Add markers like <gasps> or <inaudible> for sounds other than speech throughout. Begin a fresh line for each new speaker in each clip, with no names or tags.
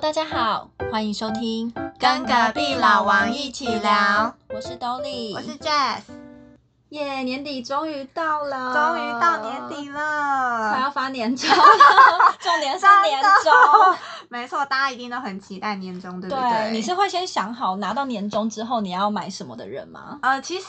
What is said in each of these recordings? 大家好，欢迎收听《
跟隔壁老王一起聊》，
我是兜里，
我是 Jess，
耶年底终于到了，
终于到年底
快
了，
要发年终了， <laughs> 重点是年终。
没错，大家一定都很期待年终，对不
对，你是会先想好拿到年终之后你要买什么的人吗？
呃，其实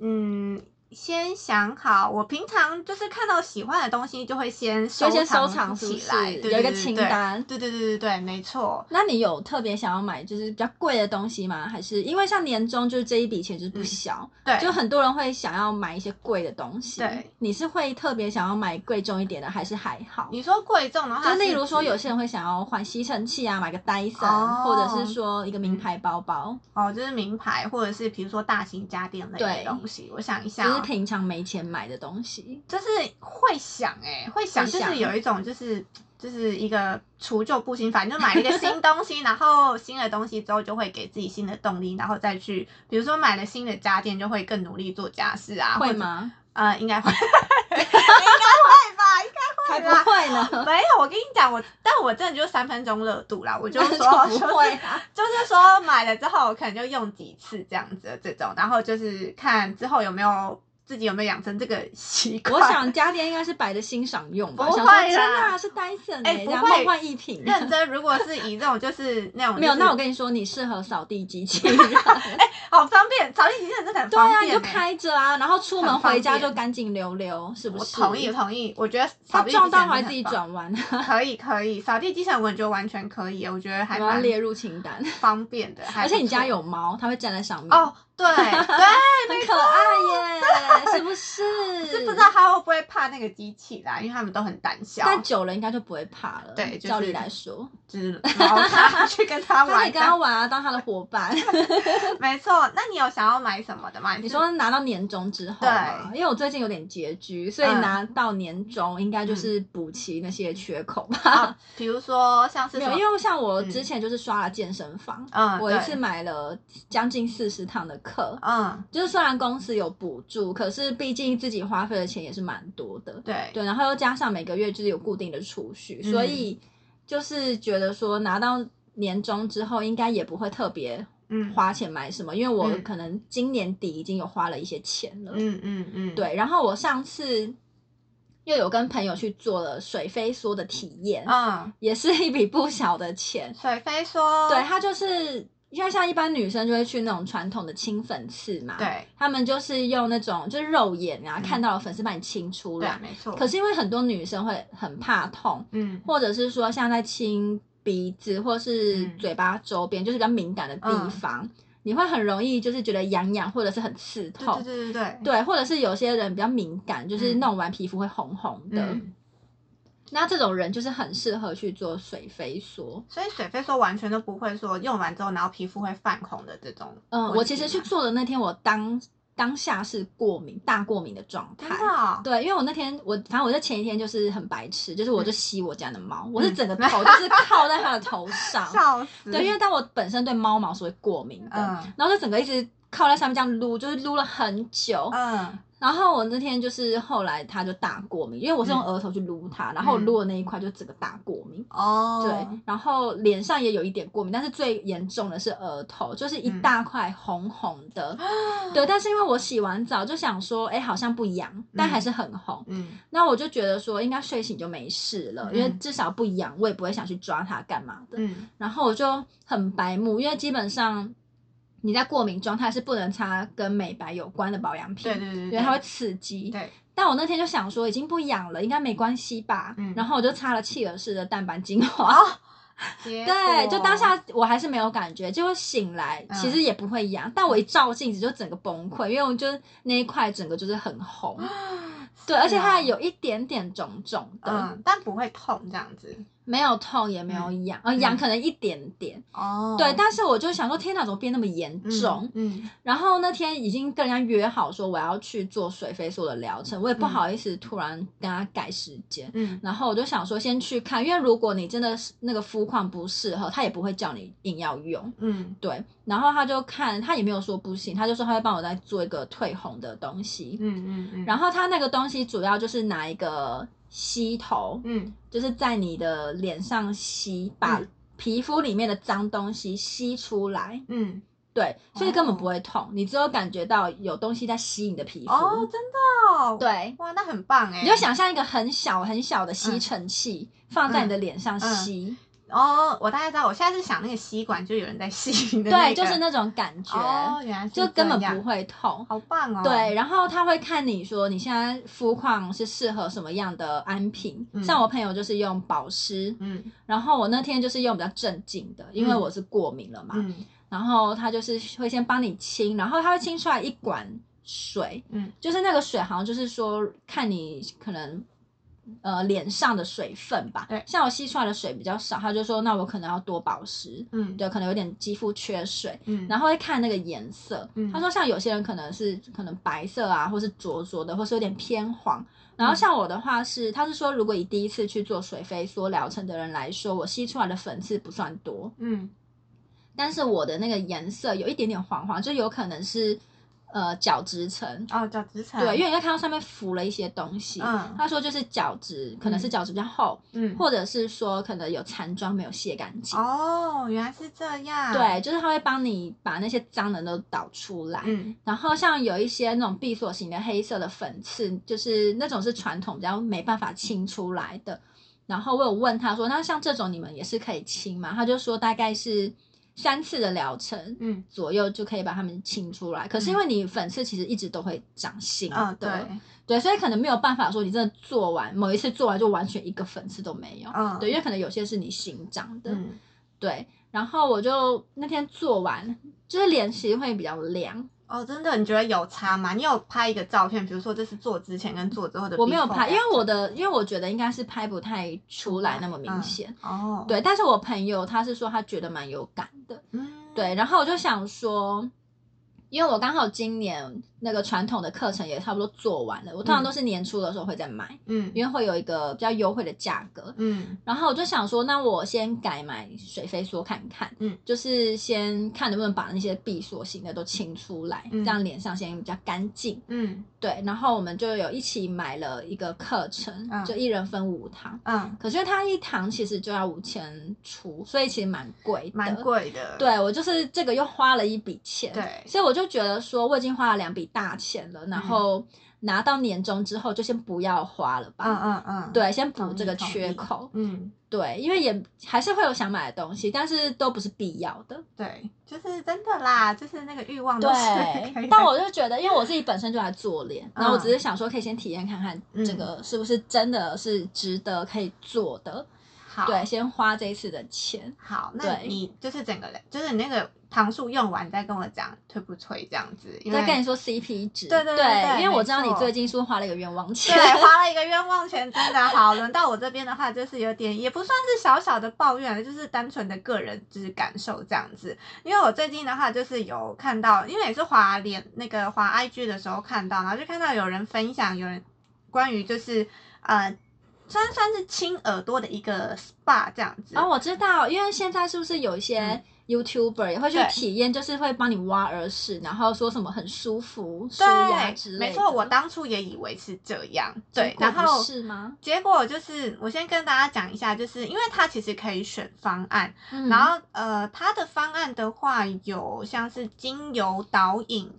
嗯，先想好，我平常就是看到喜欢的东西就会先
就先收藏
藏
是不
起
是
来，对
有一
对
个
对
清
对
单
对对对对对，没错。
那你有特别想要买就是比较贵的东西吗？还是因为像年终就是这一笔钱就是不小，
对，
就很多人会想要买一些贵的东西。
对，
你是会特别想要买贵重一点的，还是还好？
你说贵重的话
就是
指，
例如说，有些人会想要换吸尘器啊，买个 Dyson，、
哦
或者是说一个名牌包包，
哦，就是名牌或者是比如说大型家电类
对
的东西，我想一下、
就是
哦。
平常没钱买的东西。
就是会想哎、会想，
会
就
想
是有一种就是就是一个除旧布新，反正就买了一个
<laughs>
新东西，然后新的东西之后就会给自己新的动力，然后再去，比如说买了新的家电，就会更努力做家事啊，
会
或者？
吗？
呃，应该会，应 <laughs> 该会吧，应
才
该会啊
不
吧。
会
<laughs>
呢！
没有，我跟你讲，我但我真的就是三分钟热度啦，我就说
就不会
就是
啊。
就是说买了之后我可能就用几次这样子的这种，然后就是看之后有没有自己有没有养成这个习惯。
我想家电应该是摆着欣赏用吧，
不
想
会
说
啦
天哪，是 Dyson
哎
欸这
不
样
会
梦幻一 <laughs> 品。
认真，如果是以这种就是那种、
<laughs> 没有，
就是
那我跟你说，你适合扫地机器人。
好哦方便，扫地机器人真的很
对
方
啊，你
便、欸。
就开着啊，然后出门
很方
回家
便
就干净溜溜，是不
我
是？
同意，我同意。我觉得
他
扫地机器
撞
人
到
真的
还
很
自己
棒，
转弯，
可以可以，扫地机器人我觉得完全可以，我觉得还
<laughs> 我要
蛮
列入清单。
方便的。还
而且你家
不错
有猫，它会站在上面，
哦，
<laughs>
对对，
很可爱耶，是不是？
<laughs> 是不知道它会不会怕那个机器啦，因为他们都很胆小，
<laughs> 但久了应该就不会怕了。
对就是
照理来说，
就是毛它去跟
<laughs>
它
它可
玩
以跟它
的。
玩啊，当它的伙
<laughs>
伴。
没错，那你有想要买什么的吗？
你
是
说拿到年终之后嘛，因为我最近有点拮据，所以
嗯
拿到年终应该就是补齐那些缺口吧。
啊，比如说像是
没
什
有，
么
因为像我之前就是刷了健身房，
嗯，
我一
对
次买了将近四十堂的课。
嗯，
就是虽然公司有补助，可是毕竟自己花费的钱也是蛮多的。
对，
对，然后又加上每个月就是有固定的储蓄，
嗯
所以就是觉得说拿到年终之后，应该也不会特别
嗯
花钱买什么，因为我
嗯
可能今年底已经有花了一些钱了。
嗯嗯嗯，
对，然后我上次又有跟朋友去做了水飞梭的体验，
嗯。
也是一笔不小的钱。
水飞说，
对，它就是因为像一般女生就会去那种传统的清粉刺嘛，，
对
他们就是用那种就是肉眼啊、
嗯
看到的粉刺把你清出来
对，。没错。
可是因为很多女生会很怕痛，
嗯
或者是说像在亲鼻子或是
嗯
嘴巴周边，就是比较敏感的地方，你会很容易就是觉得痒痒或者是很刺
对
痛。
对对对对，
对或者是有些人比较敏感，就是弄完皮肤会红红的，
嗯，
那这种人就是很适合去做水飞梭。
所以水飞说完全都不会说用完之后，然后皮肤会泛红的这种问题
嗯，
吗。
我其实去做的那天，我当当下是过敏，大过敏的状态
真。的哦，，
对，因为我那天我反正我在前一天就是很白痴，就是我就吸我家的猫，我是整个头就是靠在它的头上
<laughs> 笑死。
对，因为但我本身对猫毛是会过敏的，
嗯
然后就整个一直靠在上面这样撸，就是撸了很久。
嗯
然后我那天就是后来它就大过敏，因为我是用
嗯
额头去撸它，然后我撸的那一块就整个大过敏。
哦，
对，然后脸上也有一点过敏，但是最严重的是额头，就是一
嗯啊
大块红红的。对，但是因为我洗完澡就想说，哎，好像不痒，但还是很红。
嗯
那我就觉得说，应该睡醒就没事了，因为
嗯
至少不痒，我也不会想去抓它干嘛的。
嗯
然后我就很白目，因为基本上你在过敏状态是不能擦跟美白有关的保养品，
对对对
因
对，
为它会刺激。
对
但我那天就想说，已经不痒了，应该没关系吧。
嗯
然后我就擦了契尔氏的淡斑精华，
哦，结
对，
果
就当下我还是没有感觉，结果醒来
哦嗯
其实也不会痒，但我一照镜子就整个崩溃，因为我就那一块整个就是很红，
啊
对，而且它还有一点点肿肿的，
嗯，但不会痛这样子
没有痛也没有痒，呃，痒可能一点点。
嗯哦
对，但是我就想说，天哪，怎么变那么严重？
嗯
然后那天已经跟人家约好说我要去做水飞梭的疗程，我也不
嗯
好意思突然跟他改时间。
嗯
然后我就想说先去看，因为如果你真的是那个肤况不适合，他也不会叫你硬要用。
嗯
对，然后他就看，他也没有说不行，他就说他会帮我再做一个退红的东西。
嗯嗯嗯，
然
后
后他那个东西主要就是拿一个吸头，
嗯
就是在你的脸上吸，把
嗯
皮肤里面的脏东西吸出来，
嗯，
对，所以根本
哦
不会痛，你只有感觉到有东西在吸你的皮肤。
哦，真的哦，，
对，
哇，那很棒哎，
你就想象一个很小很小的吸尘器、放在你的脸上
嗯
吸，
哦，我大概知道，我现在是想那个吸管，就有人在吸你的、嗯那
对，
个，
就是那种感觉，
哦，原来是
就根本
这样
不，会痛。
好棒哦，
对，，然后他会看你说你现在肤况是适合什么样的安瓶，
嗯
像我朋友就是用保湿，
嗯
然后我那天就是用比较镇静的，因为
嗯
我是过敏了嘛，
嗯
然后他就是会先帮你清，然后他会清出来一管水，
嗯
就是那个水好像就是说看你可能呃脸上的水分吧，
对
像我吸出来的水比较少，他就说那我可能要多保湿，
嗯，
对，可能有点肌肤缺水，
嗯，
然后会看那个颜色。
嗯
他说像有些人可能是可能白色啊，或是灼灼的，或是有点偏黄。然
嗯
后像我的话是，他是说如果以第一次去做水飞梭疗程的人来说，我吸出来的粉刺不算多，
嗯
但是我的那个颜色有一点点黄黄，就有可能是呃角质层。
哦，角质层，
对，因为你会看到上面浮了一些东西。
嗯
他说就是角质，可能是
嗯
角质比较厚，
嗯，
或者是说可能有残妆没有卸干净。
哦，原来是这样，，
对，就是他会帮你把那些脏的都导出来。
嗯
然后像有一些那种闭锁型的黑色的粉刺，就是那种是传统比较没办法清出来的。然后我有问他说，那像这种你们也是可以清吗？他就说大概是三次的疗程
嗯
左右就可以把它们清出来。可是因为你粉刺其实一直都会长新的，
嗯，对，
对，所以可能没有办法说你真的做完某一次做完就完全一个粉刺都没有。
嗯
对，因为可能有些是你新长的，
嗯
对。然后我就那天做完，就是脸其实会比较凉。
哦，真的，你觉得有差吗？你有拍一个照片，比如说这是做之前跟做之后的，嗯
我没有拍，因为我的，因为我觉得应该是拍不太出来那么明显。
哦，，
对，但是我朋友他是说他觉得蛮有感的，
嗯，
对，然后我就想说，因为我刚好今年那个传统的课程也差不多做完了，我通常
嗯
都是年初的时候会再买，
嗯
因为会有一个比较优惠的价格，
嗯
然后我就想说，那我先改买水飞梭看看，
嗯，
就是先看能不能把那些闭锁型的都清出来，
嗯
这样脸上先比较干净。
嗯
对，然后我们就有一起买了一个课程，
嗯
就一人分五堂。
嗯，
可是它一堂其实就要五千出，所以其实蛮贵的。
蛮。贵的，，
对我就是这个又花了一笔钱，
对嗯
所以我就觉得说我已经花了两笔大钱了，然后拿到年终之后就先不要花了
嗯
吧。
嗯嗯，，
对，先补
同
这
意
个
同
缺
意
口。
嗯。
对，因为也还是会有想买的东西，但是都不是必要的。
对，就是真的啦，就是那个欲望都是可以
对
<laughs> 的。，
但我就觉得，因为我自己本身就来做脸，然后我只是想说可以先体验看看
嗯
这个是不是真的是值得可以做的，
好
对，先花这一次的钱。
好，那
对
你就是整个人，就是你那个糖数用完再跟我讲推不推这样子，因为
再跟你说 CP 值，
对对对对
因为我
没
知道你
错
最近是不是花了一个冤枉钱 <laughs>
对，花了一个冤枉钱，真的好。轮到我这边的话，就是有点也不算是小小的抱怨，就是单纯的个人就是感受这样子。因为我最近的话，就是有看到，因为也是滑脸那个滑 IG 的时候看到，然后就看到有人分享，有人关于就是呃，算算是亲耳朵的一个 SPA 这样子。
哦，我知道，因为现在是不是有一些
嗯
YouTuber 也会去
对
体验，就是会帮你挖耳屎，然后说什么很舒服、舒压啊之
对，
类的。
没错，我当初也以为是这样。
结
对，
果
然
不
后
是吗？
结果就是，我先跟大家讲一下，就是因为它其实可以选方案，
嗯
然后呃，它的方案的话有像是精油导引，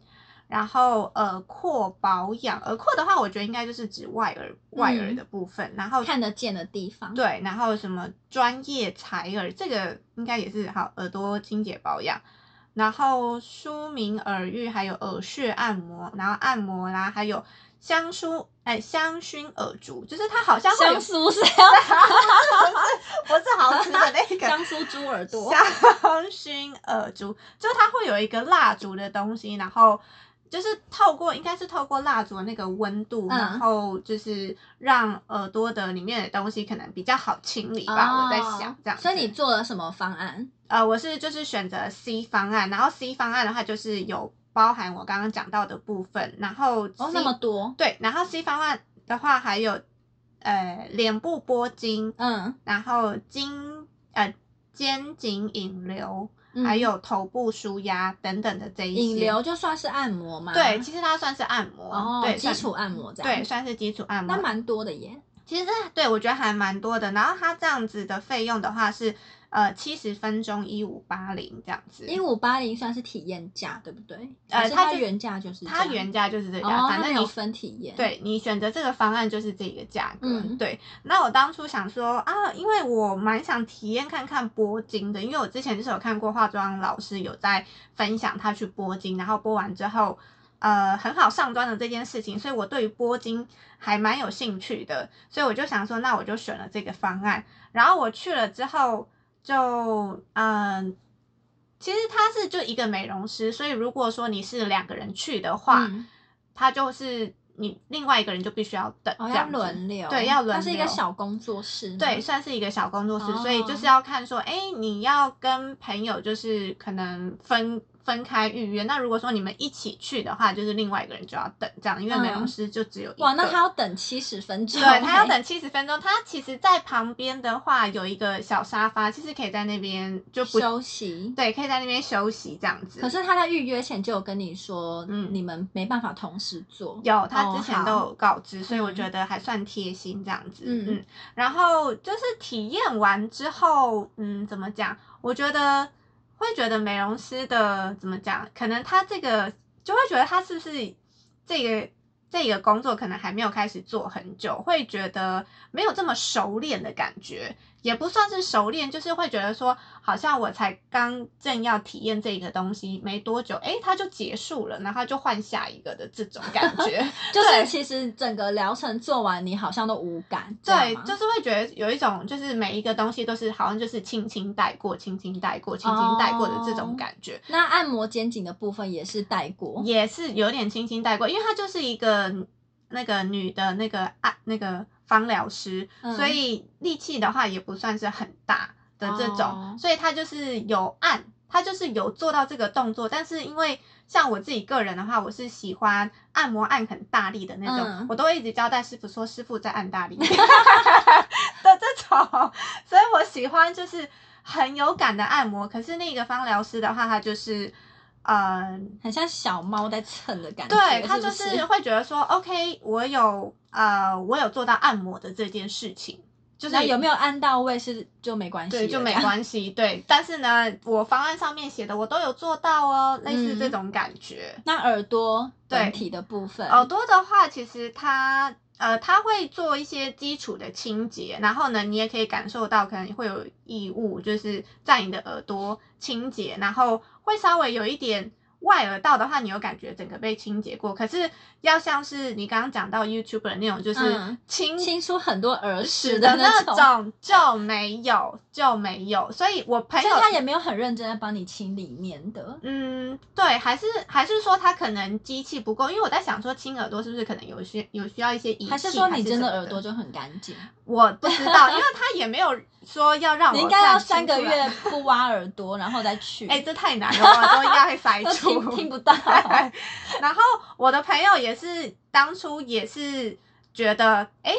然后耳廓保养，耳廓的话，我觉得应该就是指外耳外耳
嗯
的部分，然后
看得见的地方。
对，然后什么专业采耳，这个应该也是好耳朵清洁保养，然后舒明耳浴，还有耳穴按摩，然后按摩啦，还有香舒哎香薰耳烛，就是它好像会 <laughs> 有
香 <laughs> 酥是要
不是好吃的那个
香酥猪耳朵，
香薰耳烛， <laughs> 就是它会有一个蜡烛的东西，然后就是透过应该是透过蜡烛的那个温度，
嗯
然后就是让耳朵的里面的东西可能比较好清理吧。我在想
哦
这样子，
所以你做了什么方案？
呃，我是就是选择 C 方案，然后 C 方案的话就是有包含我刚刚讲到的部分，然后 C,
哦，那么多，
对，然后 C 方案的话还有呃脸部拨筋，
嗯，
然后肩呃肩颈引流，
嗯
还有头部舒压等等的这一些
引流，就算是按摩嘛，
对，，其实它算是按摩，
哦，
对，
基
算
础按摩这样，
对，，算是基础按摩
那。蛮多的耶，
其实对我觉得还蛮多的，然后它这样子的费用的话是。呃七十分钟一五八零这样子。
一五八零算是体验价，对不对？
呃
还是
它
它
就
原价就是
它
这样
原价就是这个价，
哦，
反
它
正
没有
你
分体验，，
对你选择这个方案就是这个价格，
嗯
对。那我当初想说啊，因为我蛮想体验看看拨筋的，因为我之前就是有看过化妆老师有在分享他去拨筋，然后拨完之后。呃，很好上妆的这件事情，所以我对于拨筋还蛮有兴趣的，所以我就想说，那我就选了这个方案。然后我去了之后就，嗯，其实他是就一个美容师，所以如果说你是两个人去的话，
嗯，
他就是你另外一个人就必须要等，
哦，
这
要
样子
轮流，
对要轮
它是一个
流
小工作室吗，
对，算是一个小工作室，所以就
哦
是要看说，哎，你要跟朋友就是可能分分开预约。那如果说你们一起去的话，就是另外一个人就要等这样，因为美容
嗯
师就只有一个。
哇，那他要等七十分钟，欸
对他要，等七十分钟。他其实，在旁边的话有一个小沙发，其实可以在那边就不
休息。
对，可以在那边休息这样子。
可是他在预约前就有跟你说，
嗯
你们没办法同时做，
有，他
哦
之前
好
都有告知，所以我
嗯
觉得还算贴心这样子。
嗯
嗯，然后就是体验完之后，嗯，怎么讲？我觉得会觉得美容师的怎么讲？可能他这个就会觉得他是不是这个这个工作可能还没有开始做很久，会觉得没有这么熟练的感觉，也不算是熟练，就是会觉得说好像我才刚正要体验这个东西没多久，诶，它就结束了，然后就换下一个的这种感觉。
就是
对
其实整个疗程做完，你好像都无感，这样
对，
吗
就是会觉得有一种，就是每一个东西都是好像就是轻轻带过、轻轻带过、轻轻带过的这
哦
种感觉
那按摩肩颈的部分也是带过，
也是有点轻轻带过，因为她就是一个那个女的那个啊那个芳疗师，
嗯
所以力气的话也不算是很大的这种，
哦
所以她就是有按，她就是有做到这个动作，但是因为像我自己个人的话，我是喜欢按摩按很大力的那种，
嗯
我都会一直交代师傅说师傅在按大力 <laughs> 的这种，所以我喜欢就是很有感的按摩。可是那个芳疗师的话，他就是。呃，
很像小猫在蹭的感觉，
对他
是
就
不
是会觉得说，OK，我有呃，我有做到按摩的这件事情，就是
那有没有按到位是就没关系了，
对就没
<laughs> 这样
关系，对。但是呢，我方案上面写的我都有做到哦，类似这
嗯
种感觉。
那耳朵
对
本体的部分，
耳朵的话，其实它呃，它会做一些基础的清洁，然后呢，你也可以感受到可能会有异物，就是在你的耳朵清洁，然后会稍微有一点。外耳道的话，你有感觉整个被清洁过，可是要像是你刚刚讲到 YouTube 的那种，就是
嗯
清
清出很多耳屎
屎
的
的那
种，
种就没有就没有，所以我朋
所
友
以他也没有很认真的帮你清里面的，
嗯，对，还是还是说他可能机器不够，因为我在想说清耳朵是不是可能有需有需要一些仪器，
还
还
是说你
什
真的
么
耳朵就很干净？
我不知道，因为他也没有说要让我
你应该要
看清
三个
楚啊
月不挖耳朵，然后再去，
哎、这太难了，我耳朵应该
<laughs>
会塞
都
住
听，听不
<laughs>
到。嗯
然后我的朋友也是当初也是觉得，哎，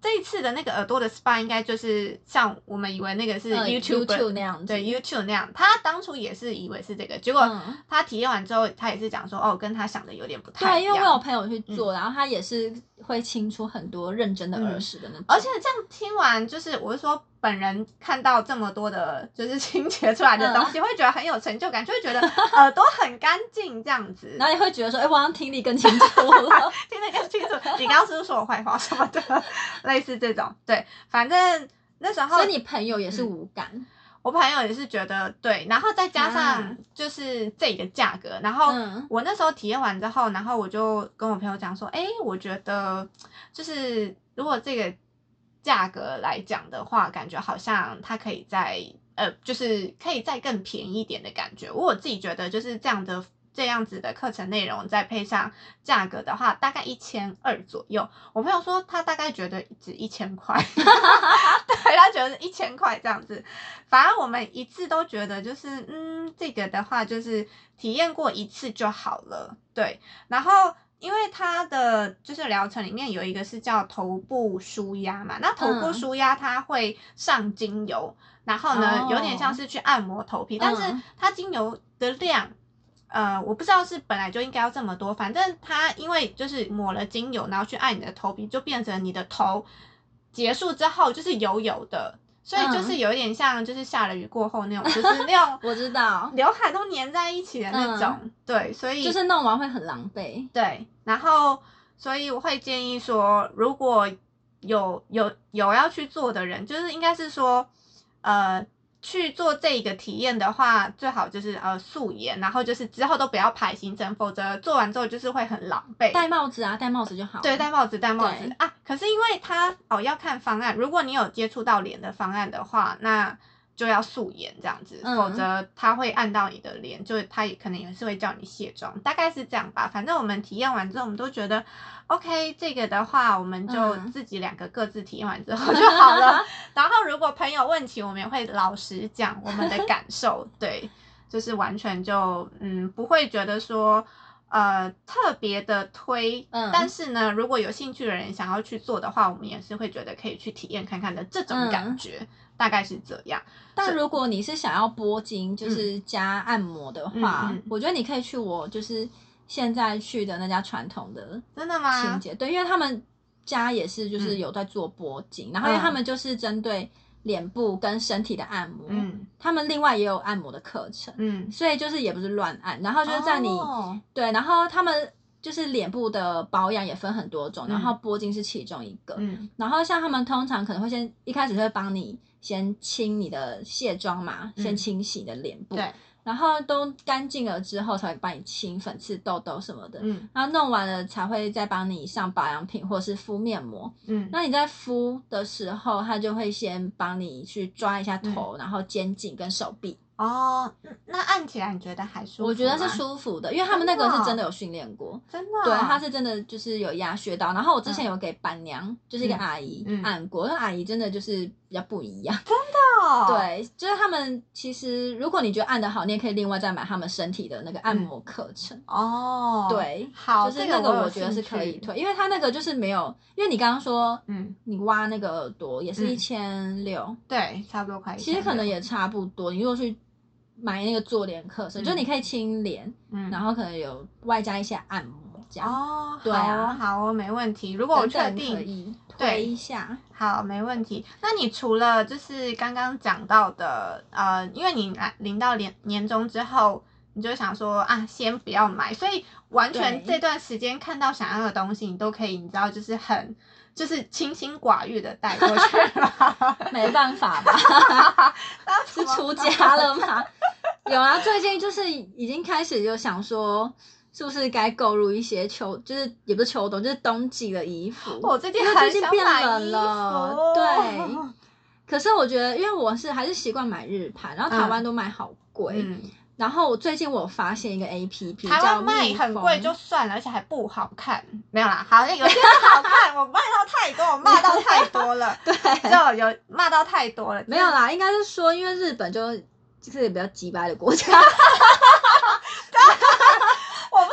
这一次的那个耳朵的 SPA 应该就是像我们以为那个是
呃
YouTube、
YouTube 那样子
对 YouTube 那样。他当初也是以为是这个，结果
嗯
他体验完之后，他也是讲说，哦，跟他想的有点不太嗯
对，
一
因为我
样
有朋友去做，然后他也是会清出很多认真的耳屎的那种，
嗯而且这样听完，就是我是说，本人看到这么多的，就是清洁出来的东西，
嗯
会觉得很有成就感，就会觉得耳朵很干净这样子。
然后也会觉得说，哎，我好像听力更清楚
<laughs>
了。
听得更清楚。你刚刚是不是说我坏话什么的？ <laughs> 类似这种，对，反正那时候
所以你朋友也是
嗯
无感，
我朋友也是觉得对，然后再加
啊
上就是这个价格，然后
嗯
我那时候体验完之后，然后我就跟我朋友讲说，哎，我觉得就是如果这个价格来讲的话，感觉好像它可以再呃，就是可以再更便宜一点的感觉。我自己觉得就是这样的。这样子的课程内容，再配上价格的话，大概一千二左右。我朋友说他大概觉得只一千块，对他觉得一千块这样子。反而我们一致都觉得就是，嗯，这个的话就是体验过一次就好了，对。然后因为它的就是疗程里面有一个是叫头部舒压嘛，那头部
嗯
舒压它会上精油，然后呢、有点像
哦
是去按摩头皮，但是
嗯
它精油的量。呃，我不知道是本来就应该要这么多，反正它因为就是抹了精油，然后去按你的头皮，就变成你的头结束之后就是油油的，所以就是有一点像就是下了雨过后那种，就是那种
嗯 <laughs> 我知道，嗯
刘海都粘在一起的那种。对，所以
就是弄完会很狼狈。
对，然后所以我会建议说，如果有有有要去做的人，就是应该是说，呃，去做这一个体验的话，最好就是呃素颜，然后就是之后都不要排行程，否则做完之后就是会很狼狈。
戴帽子啊，戴帽子就好了。
对，戴帽子，戴帽子
对
啊！可是因为它哦要看方案，如果你有接触到脸的方案的话，那就要素颜这样子，
嗯
否则它会按到你的脸，就是它也可能也是会叫你卸妆，大概是这样吧。反正我们体验完之后，我们都觉得 OK，这个的话我们就
嗯
自己两个各自体验完之后就好
<laughs>
了。然后如果朋友问起，我们也会老实讲我们的感受，对，就是完全就嗯不会觉得说呃特别的推，
嗯
但是呢，如果有兴趣的人想要去做的话，我们也是会觉得可以去体验看看的这种感
嗯
觉，大概是这样。
但如果你是想要拨筋，就是加按摩的话，
嗯嗯嗯
我觉得你可以去我就是现在去的那家传统的
真的吗？
清洁，对，因为他们家也是就是
啊嗯
有在做拨筋，然后因为他们就是针对脸部跟身体的按摩，
嗯
他们另外也有按摩的课程，
嗯，
所以就是也不是乱按，然后就是在你、
哦
对，然后他们就是脸部的保养也分很多种，
嗯
然后拨筋是其中一个，
嗯
然后像他们通常可能会先一开始会帮你先清你的卸妆嘛，
嗯
先清洗你的脸部，
对
然后都干净了之后才会帮你清粉刺、痘痘什么的。
嗯
然后弄完了才会再帮你上保养品或是敷面膜。
嗯
那你在敷的时候，他就会先帮你去抓一下
嗯
头，然后肩颈跟手臂。
哦，嗯那按起来你觉得还舒服吗？
我觉得是舒服的，因为他们那个是真的有训练过。
真的哦、嗯
对，他是真的就是有压血到，然后我之前有给板娘，就是一个阿姨、
嗯嗯
按过，那阿姨真的就是比较不一样。
哦，
对，就是他们其实如果你觉得按的好，你也可以另外再买他们身体的那个按摩课程。
嗯哦，，
对，
好，
就是
这
那
我
我
有
觉得是
兴
可以
趣。
推，因为他那个就是没有，因为你刚刚说
嗯，
你挖那个耳朵也是
嗯
一千六，
对，差不多快一
其实
千
可能
六，
也差不多。你如果去买那个做脸课程，就
嗯
你可以清脸，
嗯，
然后可能有外加一些按摩这样。
哦，
对
好
啊
哦，好哦，没问题。如果我
等
确
等可
定，
以
对
推一下，
好，没问题。那你除了就是刚刚讲到的，呃，因为你拿领到年年终之后，你就想说啊，先不要买，所以完全
对
这段时间看到想要的东西，你都可以，你知道，就是很就是清心寡欲的带过
<laughs>
去 <laughs> 了。
<laughs> 没办法吧？ <laughs> 是出家了吗？ <laughs> 有啊，最近就是已经开始就想说，是不是该购入一些秋，就是也不是秋冬，就是冬季的衣服。
我最近
因为
很
最近
想
变
买
冷
衣
了
服，
对可是我觉得，因为我是还是习惯买日盘，然后台湾都卖好贵。
嗯，
然后我最近我有发现一个 A P P，
台湾卖很贵就算了，而且还不好看。没有啦，好像有些不好看， <laughs> 我骂到太多，我骂到太多了，
<laughs> 对，
就有骂到太多了。
没有啦，应该是说，因为日本就就是比较鸡掰的国家，
<laughs> 我不知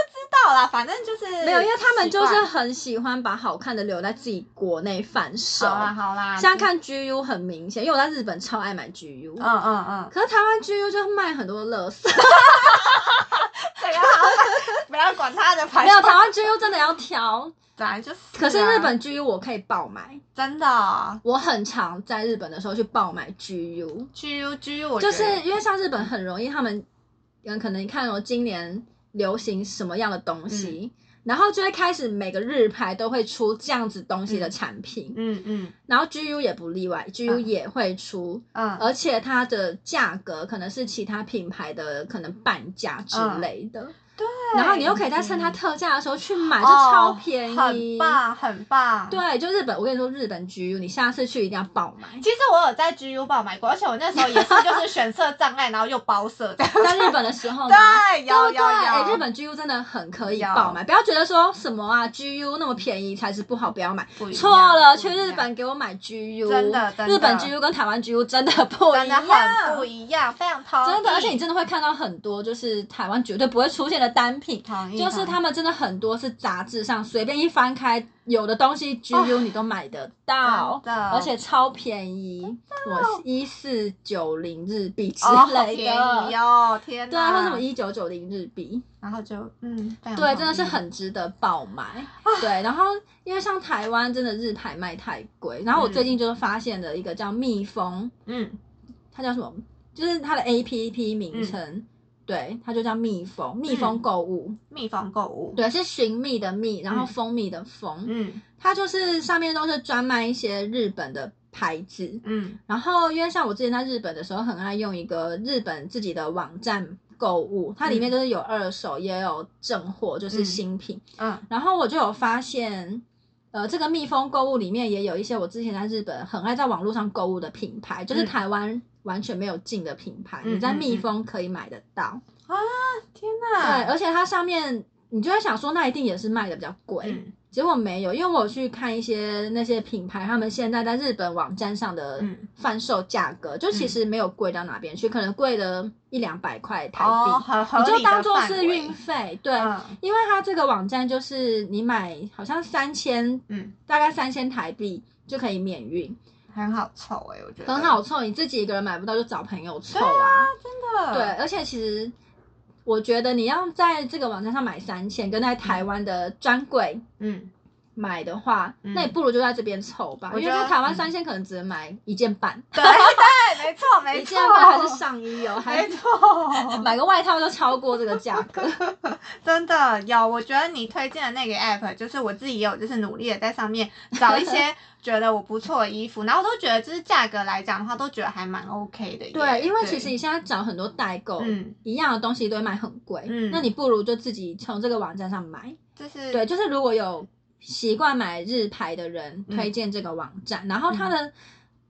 道啦，反正就是
没有，因为他们就
习
是
惯
很喜欢把好看的留在自己国内贩售。
好啦好啊啦，
像看 GU 很明显，因为我在日本超爱买 GU，、
嗯嗯
<laughs>
嗯，
可是台湾 GU 就卖很多垃
<laughs>
圾，
这个好，不要管他的牌
没有台湾 GU 真的要挑，
本来就是啊、
可是日本 GU 我可以爆买，
真的哦、
我很常在日本的时候去爆买 GU，
G U G U，我
就
觉得
是因为像日本很容易，他们嗯可能你看哦，今年流行什么样的东
嗯
西。然后就会开始每个日牌都会出这样子东西的产品，
嗯嗯
然后 GU 也不例外，GU 也会出，
嗯
而且它的价格可能是其他品牌的可能半价之类的，
嗯对，
然后你又可以在趁它特价的时候去买，
哦
就超便宜，
很。棒很棒。
对，就日本，我跟你说，日本 GU，你下次去一定要爆
<laughs>
买。
其实我有在 GU 报买过，而且我那时候也是就是选色障碍，然后又包色这样。
在日本的时候呢，
对，
哦对不
有有
对？哎、
有，
日本 GU 真的很可以爆买，不要觉得说什么啊，GU 那么便宜才是不好，不要买。
不一样
错了，
不
去
一
日
样
本给我买 GU，
真的真的
日本 GU 跟台湾 GU 真的不一
真
样，
的很不一样，非常同意
真的，而且你真的会看到很多就是台湾绝对不会出现的的单品，
同意
就是他们真的很多是杂志上随便一翻开，有的东西 GU 你都买得到，
哦真的
而且超便宜，我一四九零日币之
哦，好
类的，
便宜哦，天
对啊，或
哪
什么一九九零日币，
然后就嗯，非常
对，
同
真的是
意
很值得爆买。
啊
对，然后因为像台湾真的日牌卖太贵，然后我最近就是发现了一个叫蜜蜂，
嗯
它叫什么？就是它的 A P P 名称，对，它就叫蜜蜂，蜜
嗯
蜂购物，
蜜蜂购物，
对，是寻觅的觅，然后
嗯
蜂蜜的蜂，
嗯
它就是上面都是专卖一些日本的牌子。
嗯
然后因为像我之前在日本的时候，很爱用一个日本自己的网站购物，它里面就是有二手，也有正货，就是新品。
嗯
然后我就有发现，呃，这个蜜蜂购物里面也有一些我之前在日本很爱在网络上购物的品牌，就是
嗯
台湾完全没有进的品牌，
嗯
你在
嗯
蜜
嗯
蜂可以买得到。
啊，天
对，
哪，
而且它上面你就会想说，那一定也是卖的比较贵。
嗯
结果没有，因为我有去看一些那些品牌，他们现在在日本网站上的
嗯
贩售价格，就其实没有贵到哪边去，可能贵了一两百块台币，
哦，很合
你
理
就
的
当做
范
是
围
运费，对。
嗯
因为它这个网站就是你买好像三千，
嗯，
大概三千台币就可以免运，
很好凑哎，我觉得
很好凑。你自己一个人买不到就找朋友凑啊。
真的
对，而且其实我觉得你要在这个网站上买三千，跟在台湾的专柜
嗯， <laughs>
买的话，
嗯
那你不如就在这边凑吧，
我
因
觉
为
得
在台湾
嗯
三千可能只能买一件半，
对对，没错没
一
错
件，半还是上衣哦，还
没错，
买个外套都超过这个价
<laughs>
格。
真的有，我觉得你推荐的那个 app，就是我自己也有，就是努力的在上面找一些觉得我不错的衣服，然后我都觉得就是价格来讲的话，都觉得还蛮 OK 的耶。
对，因为其实你现在找很多代购，
嗯，
一样的东西都会卖很贵，
嗯
那你不如就自己从这个网站上买。
就是
对，就是如果有习惯买日牌的人，
嗯
推荐这个网站，然后它的、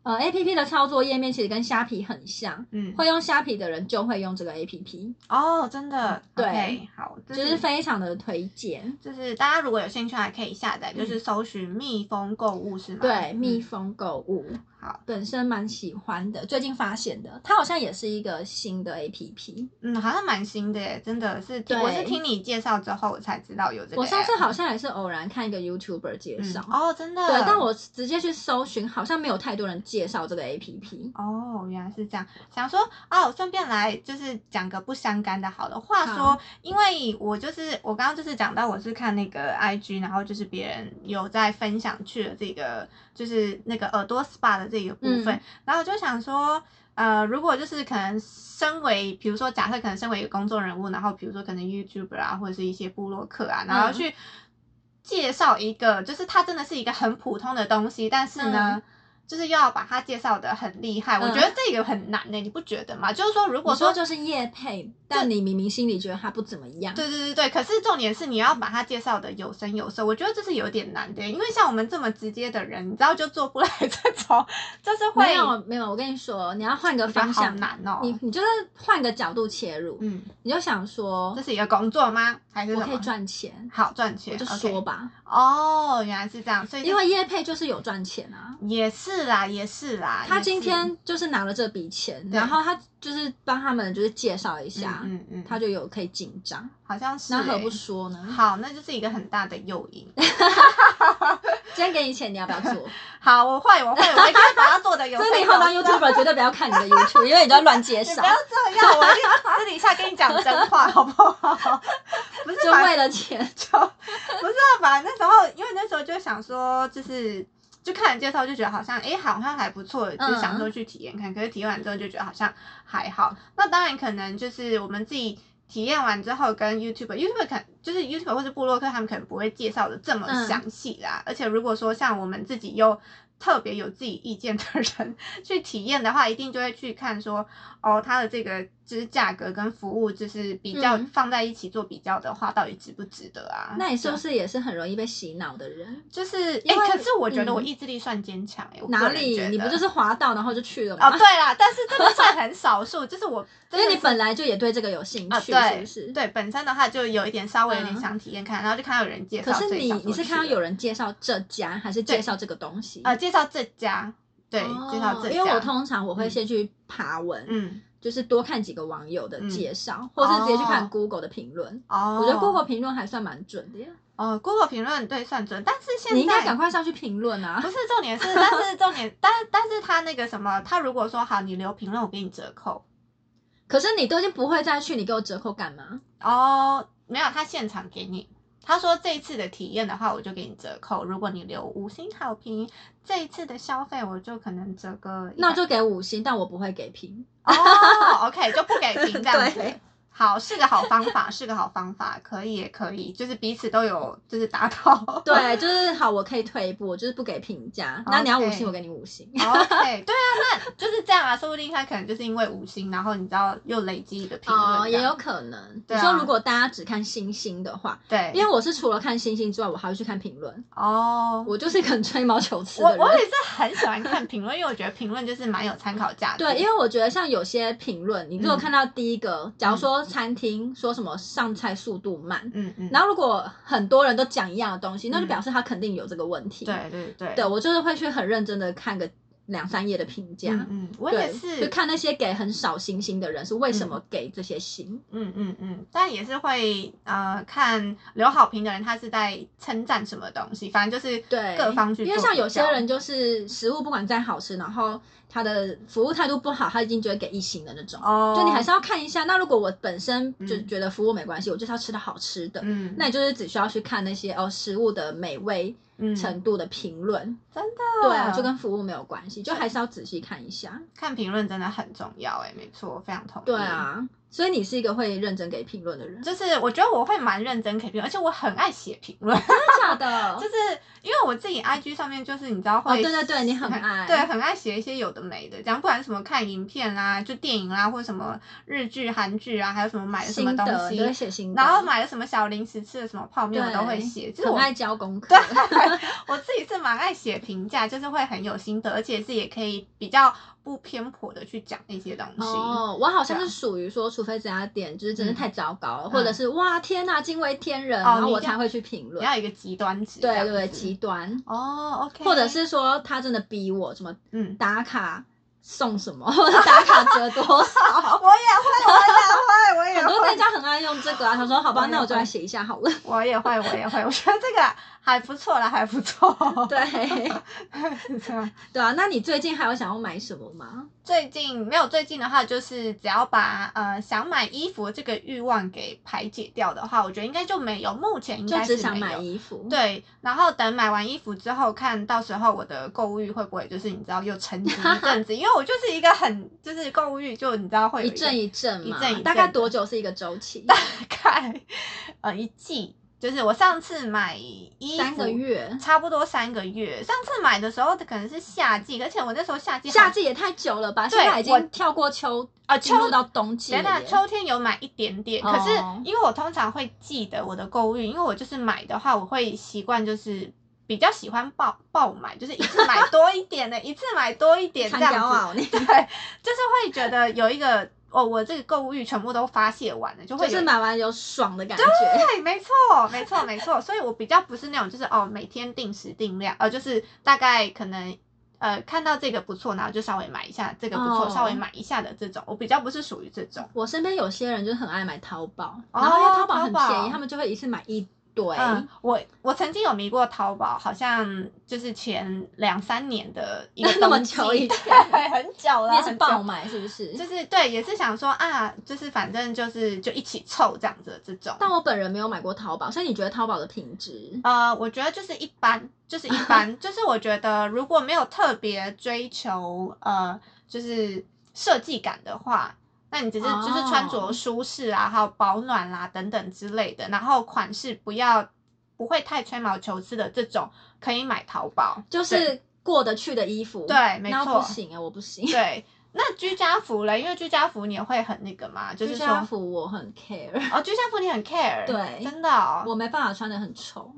呃 A P P 的操作页面其实跟虾皮很像，
嗯，
会用虾皮的人就会用这个 A P P，
哦，真的
对
OK，好，就
就是
是。
非常的推荐。
就是大家如果有兴趣，还可以下载，就是搜寻“蜜蜂购物”是吗？
嗯对，蜜
嗯
蜂购物
好，
本身蛮喜欢的，最近发现的，它好像也是一个新的 A P P。
嗯，好像蛮新的耶，真的是听，我是
对
听你介绍之后我才知道有这个 app。
我上次好像也是偶然看一个 YouTuber 介
嗯
绍，
哦，真的，
对，啊但我直接去搜寻，好像没有太多人介绍这个 A P P。
哦，原来是这样。想说哦，顺便来就是讲个不相干的，好了。话
好
说，因为我就是我刚刚就是讲到我是看那个 IG，然后就是别人有在分享去了这个就是那个耳朵 SPA 的这个部分，
嗯
然后我就想说。呃，如果就是可能，身为比如说假设可能身为一个公众人物，然后比如说可能 YouTuber 啊，或者是一些部落客啊，然后
嗯
去介绍一个，就是它真的是一个很普通的东西，但是呢，
嗯
就是要把它介绍的很厉害，我
嗯
觉得这个很难欸呢、你不觉得吗？就是说，如
我
果
说
说
就是叶配，但你明明心里觉得它不怎么样。
对对对对，可是重点是你要把它介绍的有声有色，我觉得这是有点难的、欸因为像我们这么直接的人，你知道就做不来这种， <laughs> 就是会
没有没有，我跟你说，你要换个
我觉得
方
好
向，
难哦、
你你就是换个角度切入，
嗯，
你就想说
这，是一个工作吗？还是
我
什
可以
么？
赚钱，
好赚
我
钱，
就
OK
说吧，
哦，原来是这样，所以就
因为叶配就是有赚钱啊。
也是啦，也是啦，
他
啊也
今
是
天就是拿了这笔钱，
对
然后他就是帮他们就是介绍一下，
嗯嗯嗯，
他就有可以进账，
好像是、
那何不
欸
说呢？
好，那就是一个很大的诱因。
今天给你钱，你要不要做？
好，我会，我会，我一定会把它做
<laughs>
的有
所
声
以
有
以后当
色
YouTuber 绝对不要看你的
<laughs>
YouTube，因为你都在乱介
你
绍
不，要这样，我一定私底下跟你讲真话，好不好？不是
就
把
为了钱。
就不是啊把那时候，因为那时候就想说，就是就看人介绍就觉得好像哎、诶好像还不错，就
嗯
是想说去体验看。可是体验完之后就觉得好像还好。那当然可能就是我们自己。体验完之后，跟 YouTube，YouTube 可就是 YouTube 或是部落客，他们可能不会介绍的这么
嗯
详细啦。而且如果说像我们自己又特别有自己意见的人去体验的话，一定就会去看说，哦，它的这个就是价格跟服务，就是比较
嗯
放在一起做比较的话，到底值不值得啊？
那你是不
对
是也是很容易被洗脑的人？
就是？
因
哎、
为
可是我觉得我
嗯
意志力算坚强哎、我
哪
个人
里
觉？得
你 <laughs> 不就是滑到然后就去了
哦？
吗？
对啦，但是这个算很少数，就是我
啊 <laughs> 因
真
为
的
你本来就也对这个有兴
啊
趣，
对
是不是？。
对本身的话就有一点稍微有点
嗯
想体验看，然后就看到有人介
可
绍，
是
所以
你
想说
你是看到
去
有
了
人介绍这家，还是
对啊
介绍这个东西？
呃介绍这家，对，
哦
介绍这家，
因为我通常我会
嗯
先去爬文，
嗯
就是多看几个网友的
嗯
介绍，或是直接去看
哦
Google 的评论。
哦，
我觉得 Google 评论还算蛮准的呀，
哦，Google 评论对算准，但是现在
你应该赶快上去评论啊
不！是重点是，但
<laughs>
是重点，但但是他那个什么，他如果说好，你留评论，我给你折扣
可是你都已经不会再去，你给我折扣干嘛？
哦，没有，他现场给你。他说这一次的体验的话，我就给你折扣。如果你留五星好评，这一次的消费我就可能折个100。
那我就给五星，但我不会给评。
哦，OK，就不
<laughs>
给评这样子
对。
好，是个好方法，是个好方法，可以也可以，就是彼此都有就是达到。
对，就是好，我可以退一步，我就是不给评价。那你要五星，
哦 OK
我给你五
<laughs>
星。
<laughs> OK，对啊，那就是这样啊，说不定他可能就是因为五星，然后你知道又累积一个评论这样、
哦，也有可能。
对
你
啊
说如果大家只看星星的话，
对，
因为我是除了看星星之外，我还会去看评论。
哦，
我就是一个很吹毛求疵
我
的人。
我也是很
<laughs>
喜欢看评论，因为我觉得评论就是蛮有参考价值。
对，因为我觉得像有些评论，你如果
嗯
看到第一个，假如说餐厅说什么上菜速度慢，
嗯嗯，
然后如果很多人都讲一样的东西，那就
嗯
表示他肯定有这个问题。
对对对
对，我就是会去很认真的看个两三页的评价。
嗯嗯，我
对
也是，
就看那些给很少星星的人是为什么给这些星。
嗯嗯嗯，但也是会呃看留好评的人他是在称赞什么东西，反正就是
对，
各方去做比
因
较。
为像有些人就是食物不管再好吃，然后他的服务态度不好，他已经觉得给一星的那种。
哦，
就你还是要看一下。那如果我本身就
嗯
觉得服务没关系，我就是要吃到好吃的，
嗯，
那你就是只需要去看那些哦食物的美味
嗯
程度的评论。
真的
对啊，嗯就跟服务没有关系，就还是要仔细看一下。
看评论真的很重要哎、没错，我非常同意。
对。啊，所以你是一个会认真给评论的人，真
就是我觉得我会蛮认真给评论，而且我很爱写评论，
的假的？
就是因为我自己 IG 上面就是你知道
哦，
会
对对对，你很爱。
对，很爱写一些有的没的，这样不管什么看影片啦、就电影啦，或者什么日剧、韩剧啊，还有什么买了什么
心
东
得你都会
西，
写心得，
然后买了什么小零食、吃了什么泡面，我都会
对
写。就是
很
我
爱交功课
<laughs> 对。我自己是蛮爱写评价，就是会很有心得，而且是也可以比较不偏颇的去讲那些东西。
哦，我好像
对啊
是属于说，除非这家店就是真的
嗯
太糟糕了，或者
嗯
是哇天呐，惊为天人，
哦
然后
你
我
一定
才
要
会去评
你
论。
要有一个极端值，
对
这
对对，
样子
极端，
哦，OK，
或者是说他真的逼我什么
嗯，
<laughs> 打卡送什么，或者打卡折多少，
<laughs> 我也会，我也会，我也
很
会
多。店家很爱用这个啊。他说好吧，
我也
那我就来
会
写一下好了。 <laughs>
我也会，我也会， <laughs> 我觉得这个还不错啦，还不错。
<laughs> 对
是这样。
对啊，那你最近还有想要买什么吗？
最近没有最近的话，就是只要把呃想买衣服这个欲望给排解掉的话，我觉得应该就没有，目前应
就
该是
只想
没
买
有。
衣服。
对，然后等买完衣服之后，看到时候我的购物欲会不会就是你知道又沉寂一
<laughs>
阵子，因为我就是一个很就是购物欲就你知道会有
一阵
一
一阵
一
嘛，
阵一
大概
阵
多久是一个周期？
个大概呃一季，就是我上次买衣服
三个月，
差不多三个月。上次买的时候可能是夏季，而且我那时候夏季好
夏季也太久了吧？现
对
在已
我
经跳过秋
啊
进入
秋
到冬季
等
了
等，
耶。
秋天有买一点点，
哦
可是因为我通常会记得我的购物欲，因为我就是买的话，我会习惯就是比较喜欢爆爆买，就是一次买多一点
<laughs>
的，一次买多一点这
参
样
加
子，
啊，你
对，就是会觉得有一个哦，我这个购物欲全部都发泄完了，就会
就
有
是买完有爽的感觉。
对，啊没错，没错，没错。所以我比较不是那种就是哦，每天定时定量，呃，就是大概可能呃看到这个不错，然后就稍微买一下，这个不错，
哦
稍微买一下的这种，我比较不是属于这种。
我身边有些人就是很爱买淘宝，
哦
然后因为淘宝很
淘
便
宝
宜，他们就会一次买一堆。
嗯，我我曾经有迷过淘宝，好像就是前两三年的一个
那么
冬季
久以前
对，很久
你
了，
也是
很
爆
久。
买是不是？
就是对，也是想说啊，就是反正就是就一起凑这样子的这种。
但我本人没有买过淘宝，所以你觉得淘宝的品质？
呃，我觉得就是一般，就是一般， <laughs> 就是我觉得如果没有特别追求呃，就是设计感的话，那你只是就是穿
哦
着舒适啊，还有保暖啦、等等之类的，然后款式不要不会太吹毛求疵的这种，可以买淘宝。
就是过得去的衣服。
对没
那
错
不行啊，我不行。
对，那居家服嘞，因为居家服你也会很那个嘛，就是
居
说
家服我很 care，
哦，居家服你很 care，
对
真的、哦，
我没办法穿的很丑，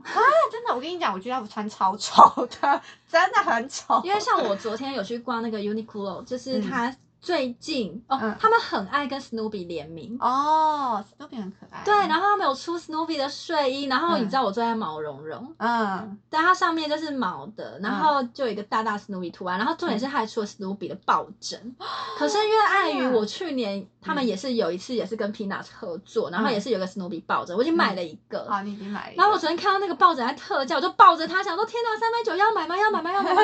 真的，我跟你讲，我居家服穿超丑的，真的很丑， <laughs>
因为像我昨天有去逛那个 Uniqlo，就是
嗯
它最近哦，
嗯
他们很爱跟 Snoopy 联名。
哦，史努比很可爱。
对，然后他们有出 Snoopy 的睡衣，然后你
嗯
知道我最爱毛茸茸，
嗯，
但它上面就是毛的，然
嗯
后就有一个大大 Snoopy 图案，然后重点是还出了 Snoopy 的抱
<gasps>
枕。可是因为碍于
天啊
我去年他们
嗯
也是有一次也是跟 Peanuts 合作，然后
嗯
也是有个 Snoopy 抱枕，我已经买了一个。
好，你已经买了一个。
然后我昨天看到那个抱枕在特价，我就抱着它想说：天哪，三百九要买吗？要买吗？要
<laughs>
买吗？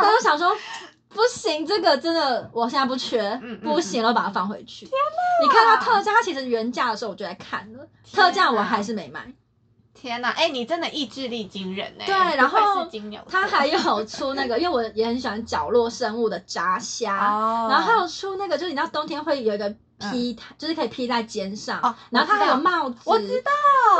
但是想说不行，这个真的我现在不缺，
嗯
不行了，把它放回去。天哪！你看到特价，它其实原价的时候我就在看了，
天
特价我
哪
还是没买。
天哪，哎，你真的意志力惊人哎。
对
不愧
然后
是金牛座，
它还有出那个，因为我也很喜欢角落生物的炸虾，
哦，
啊
嗯
然后还有出那个，就是你知道冬天会有一个披，就是可以披在肩上，
哦
然后它还有
我知道
帽子，
我知道，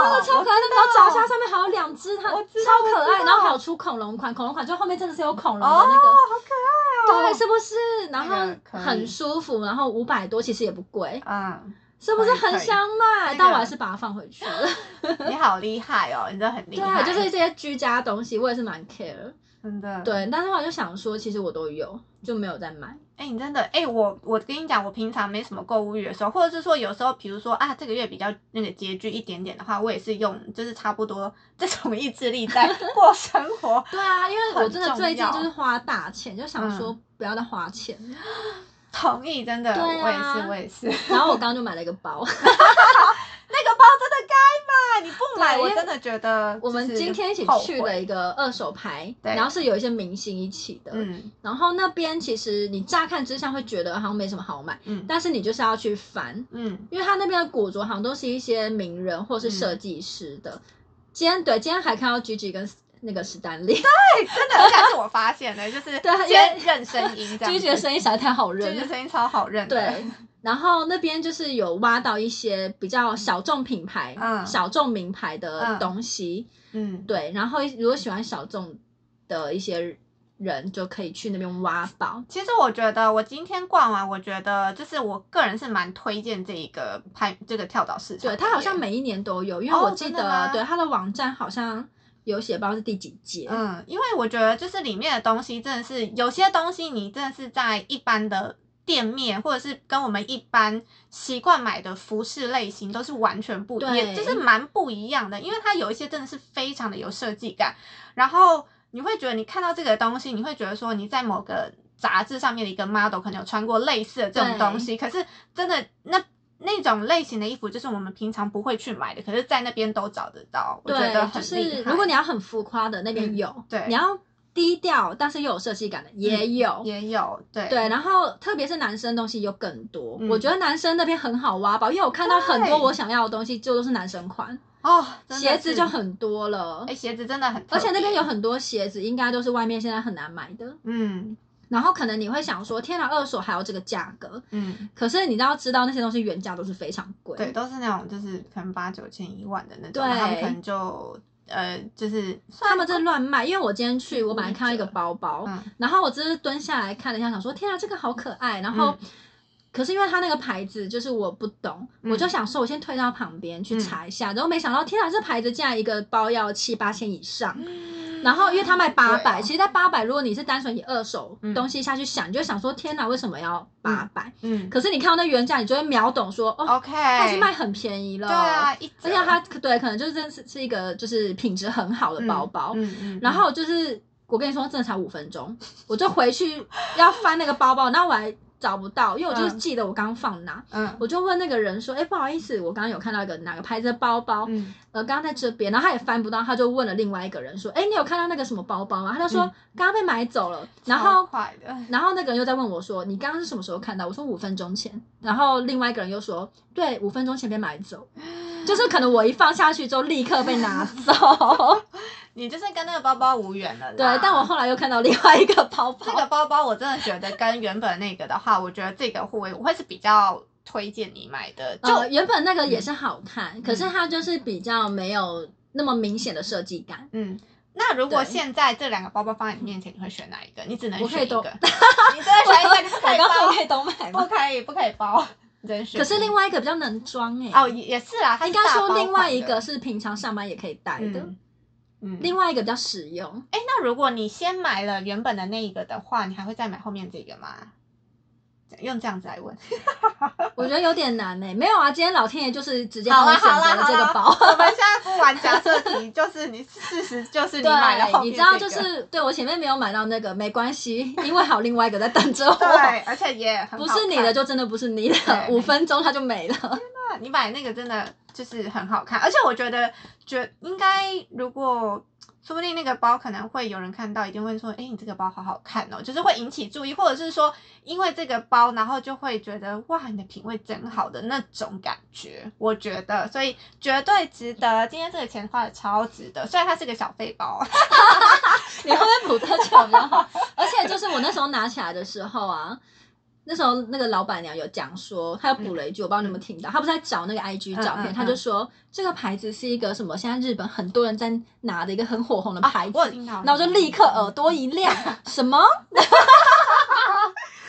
那个超可爱，那个炸虾上面还有两只，它
我知道
超可
我
爱。
知道
然后还有出恐龙款，恐龙款就后面真的是有恐龙的
哦
那个，
好可爱
对，
哦。
是不是？然
那个可
后
以
很舒服，然后五百多其实也不贵，
嗯，
是不是
可以可以
很想买？
那个
但我还是把它放回
<laughs>
去了。
嗯你好厉害哦，你真的很厉害，
对，就是这些居家东西，我也是蛮 care。
真的。
对，但是我就想说，其实我都有，就没有再买。
哎、你真的哎、我我跟你讲，我平常没什么购物欲的时候，或者是说有时候，比如说啊，这个月比较那个拮据一点点的话，我也是用就是差不多这种意志力在 <laughs> 过生活，
对啊，因为我
很
真的
重
最近
要嗯
就是花大钱，就想说不要再花钱。
同意真的，
对啊
我也是我也是，
然后我刚刚就买了一个包。
那个包真的该买，你不买
对因
我
为
真的觉得
我们
就是
今天一起
后
去
悔
了一个二手牌，
对
然后是有一些明星一起的。
嗯
然后那边其实你乍看之下会觉得好像没什么好买，
嗯
但是你就是要去翻，
嗯
因为他那边的古着好像都是一些名人或是设计师的。今天对，今天还看到 Gigi 跟那个史丹利
真的，而且还是我发
<laughs>
现的，就是
对因为
先认声
<laughs>
音这样子，
，Gigi 的声音实在太好
就
认
是
了。
声音超好认的，
对，然后那边就是有挖到一些比较小众品牌、
嗯
小众名牌的
嗯
东西。
嗯
对，然后如果喜欢小众的一些人，就可以去那边挖宝。
其实我觉得，我今天逛完，我觉得就是我个人是蛮推荐这一个拍这个跳蚤市场
对，
的耶。
它好像每一年都有，因为
哦
我记
真
得，
的吗
对它的网站好像有写，不知道是第几届。
嗯，因为我觉得就是里面的东西真的是有些东西，你真的是在一般的店面或者是跟我们一般习惯买的服饰类型都是完全不一
对
样，就是蛮不一样的。因为它有一些真的是非常的有设计感，然后你会觉得你看到这个东西，你会觉得说你在某个杂志上面的一个 model 可能有穿过类似的这种东西，可是真的那。那种类型的衣服就是我们平常不会去买的，可是，在那边都找得到，我觉得
对，就
很厉害。
是如果你要很浮夸的，那边
嗯
有；
对嗯
你要低调但是又有设计感的，也有。
也有对
对，然后特别是男生东西又更多，
嗯
我觉得男生那边很好挖宝，因为我看到很多
对
我想要的东西就都是男生款，
哦，真的
鞋子
是
就很多了
哎、，鞋子真的很特别，
而且那边有很多鞋子应该都是外面现在很难买的，
嗯
然后可能你会想说，天哪，二手还有这个价格，
嗯，
可是你要知道那些东西原价都是非常贵，
对，都是那种就是可能八九千一万的那种，
对
然后他们可能就呃就是
他们在乱卖，因为我今天去，我本来看到一个包包，
嗯
然后我只是蹲下来看了一下，想说天啊，这个好可爱。然后，可是因为它那个牌子就是我不懂，
嗯
我就想说，我先推到旁边去查一下。然后没想到，天啊，这牌子竟然一个包要七八千以上。
嗯
然后因为它卖八百、其实，在八百，如果你是单纯以二手
啊嗯
东西下去想，你就会想说天哪，为什么要八百、
嗯
可是你看到那原价，你就会秒懂说，哦，
，OK，
它已经卖很便宜了。
哎对啊，一
而且它对，可能就是真是是一个就是品质很好的包包。
嗯嗯，
然后就是我跟你说，真的才五分钟，我就回
<laughs>
去要翻那个包包，然后我还找不到，因为我就是
嗯
记得我刚放哪，
嗯
我就问那个人说，哎、不好意思，我刚刚有看到一个哪个牌子的包包，
嗯
呃，刚刚在这边，然后他也翻不到，他就问了另外一个人说，哎、你有看到那个什么包包吗？他就说
嗯
刚刚被买走了，然
超
后。
快的， <laughs>
然后那个人又在问我说：“你刚刚是什么时候看到？”我说：“五分钟前。”然后另外一个人又说：“对，五分钟前被买走。”就是可能我一放下去之后，立刻被拿走。
你就是跟那个包包无缘了啦。
对，但我后来又看到另外一个包包，
<laughs> 这个包包我真的觉得跟原本那个的话，我觉得这个会我会是比较推荐你买的，就嗯
呃、原本那个也是好看，可是它就是比较没有那么明显的设计感。
嗯，那如果
对
现在这两个包包放在你面前，你会选哪一个？你只能
我可
选
以
一
都
个， <laughs> 你只能选一个，你不可以
刚
包
好，可以都买
不
吗？
可以，不可以包，你只能选一
可
个。
是另外一个比较能装哎、
哦，也也是啦，它
应
是
该
大包
说
款的
另外一个是平常上班也可以带的，
嗯嗯，
另外一个比较实用。
哎，那如果你先买了原本的那一个的话，你还会再买后面这个吗？用这样子来问。
我觉得有点难呢、没有啊，今天老天爷就是直接
好
帮我
啦
选择了
好啦好
这
啦
个，包。
我们现在不玩假设题，就是你事实就是你买了后
对，
面
你知道
这
就
个
是对我前面没有买到那个没关系，因为还有另外一个在等着我。
对，而且也很
不
好
是你
看
的就真的不是你的，
对
五分钟它就没
<laughs>
了。
你买那个真的就是很好看，而且我觉得觉应该如果说不定那个包可能会有人看到，一定会说，哎、你这个包好好看哦，就是会引起注意，或者是说因为这个包，然后就会觉得哇，你的品味真好的那种感觉，我觉得，所以绝对值得，今天这个钱花的超值得，虽然它是个小费包，啊
你会不会补特巧比较好？而且就是我那时候拿起来的时候啊，那时候那个老板娘有讲说，她又补了一句，我不知道你有没有听到，她不是在找那个 IG 照
嗯嗯
片，
嗯
她就说这个牌子是一个什么，现在日本很多人在拿的一个很火红的
啊
牌子
<laughs> 我有。听到，
然后我就立刻
呃
耳朵一
<laughs>
亮，什么？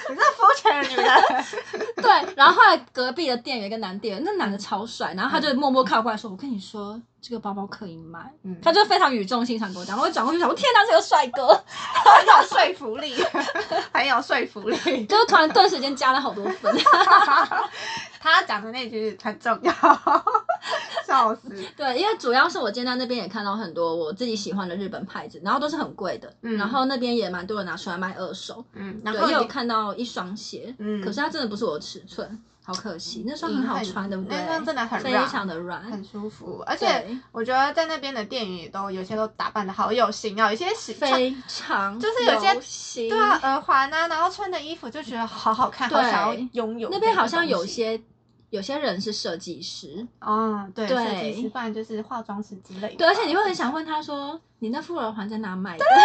你这肤浅的女人，
对，然后后来隔壁的店有一个男店员，那男的超帅，然后他就默默靠过来说：“我跟你说，这个包包可以买。”
<laughs> 嗯
他就非常语重心长跟我讲，我转过去想，我天哪，这个帅哥，
很有说服力， <laughs> 很有说服力。
就是突然顿时间加了好多分。 <laughs>
他讲的那句很重要，笑死。
对，因为主要是我今天在那边也看到很多我自己喜欢的日本牌子，然后都是很贵的，
嗯
然后那边也蛮多人拿出来卖二手，
嗯，然
对，
后
也有
你
看到一双鞋，
嗯
可是它真的不是我的尺寸，好可惜，那双
嗯
很好
很
穿，对不对？
那双真的很
非
软
常的软，
很舒服，而且
对，
我觉得在那边的店员也都有些都打扮的好有型哦，有些是穿
非常
就是有些
些
对啊耳环啊，然后穿的衣服就觉得好好看，好
对
想要拥有。
那边好像有，些有些人是设计师，
哦，对，
对
设计师，不然就是化妆师之类的吧。
对，而且你会很想问他说，你那副耳环在哪买的？
因为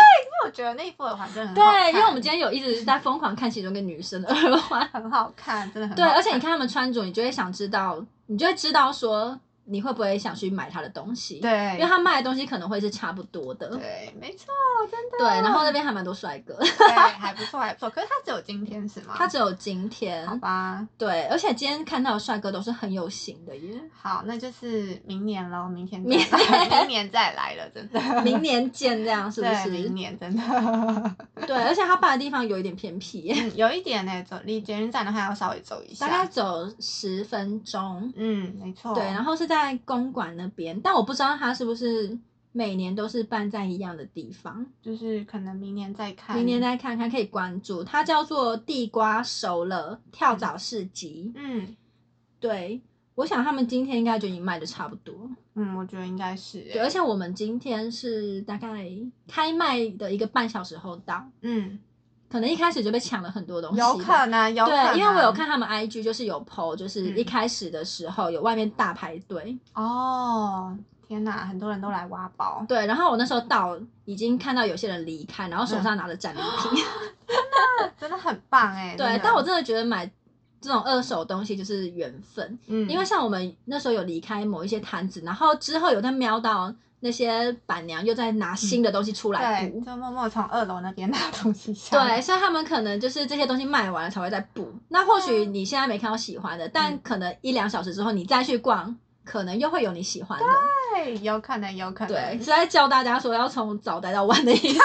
我觉得那副耳环真的很好
对，
看
因为我们今天有一直在疯狂看其中一个女生的耳 <laughs> 环，
很好看，真的很
对，
好
而且你看他们穿着，你就会想知道，你就会知道说你会不会想去买他的东西，，
对，
因为他卖的东西可能会是差不多的，
对，没错，真的
对，然后那边还蛮多帅哥，
对，还不错，还不错。可是它只有今天是吗？
他只有今
好
天，
吧，
对，而且今天看到的帅哥都是很有型的 <laughs> 耶，
好，那就是明年喽，明天
明
再来明年再来了，真的，
明年见这样是不
<laughs> 对明
是？
年真的， <laughs>
对，而且他办的地方有一点偏僻耶，
嗯，有一点呢，走离捷运站的话要稍微走一下，
大概走十分钟，
嗯，没错，
对，然后是在公馆那边，但我不知道他是不是每年都是办在一样的地方。
就是可能明年再看，
明年，再看看，可以关注。它叫做地瓜熟了跳蚤市集。
嗯
对，我想他们今天应该就已经卖的差不多。
嗯，我觉得应该是
对，
欸，
而且我们今天是大概开卖的一个半小时后到，
嗯，
可能一开始就被抢了很多东西。
有可。能，有可能，
对，因为我有看他们 IG，就是有 PO，就是一
嗯
开始的时候有外面大排队。
哦。天哪，很多人都来挖宝，
对，然后我那时候到已经看到有些人离开，然后手上拿着战利品。
真的很棒哎！真
<laughs> 呃对
的，
但我真的觉得买这种二手东西就是缘分。
嗯，
因为像我们那时候有离开某一些摊子，然后之后有在瞄到那些板娘又在拿新的东西出来
对，
补，
就默默从二楼那边拿东西下来。
对，
<laughs>
所以他们可能就是这些东西卖完了才会再补。那或许你现在没看到喜欢的，但可能一两小时之后你再去逛，可能又会有你喜欢的。
对，有可能，有可能。
对，是在教大家说要从早待到晚的意思。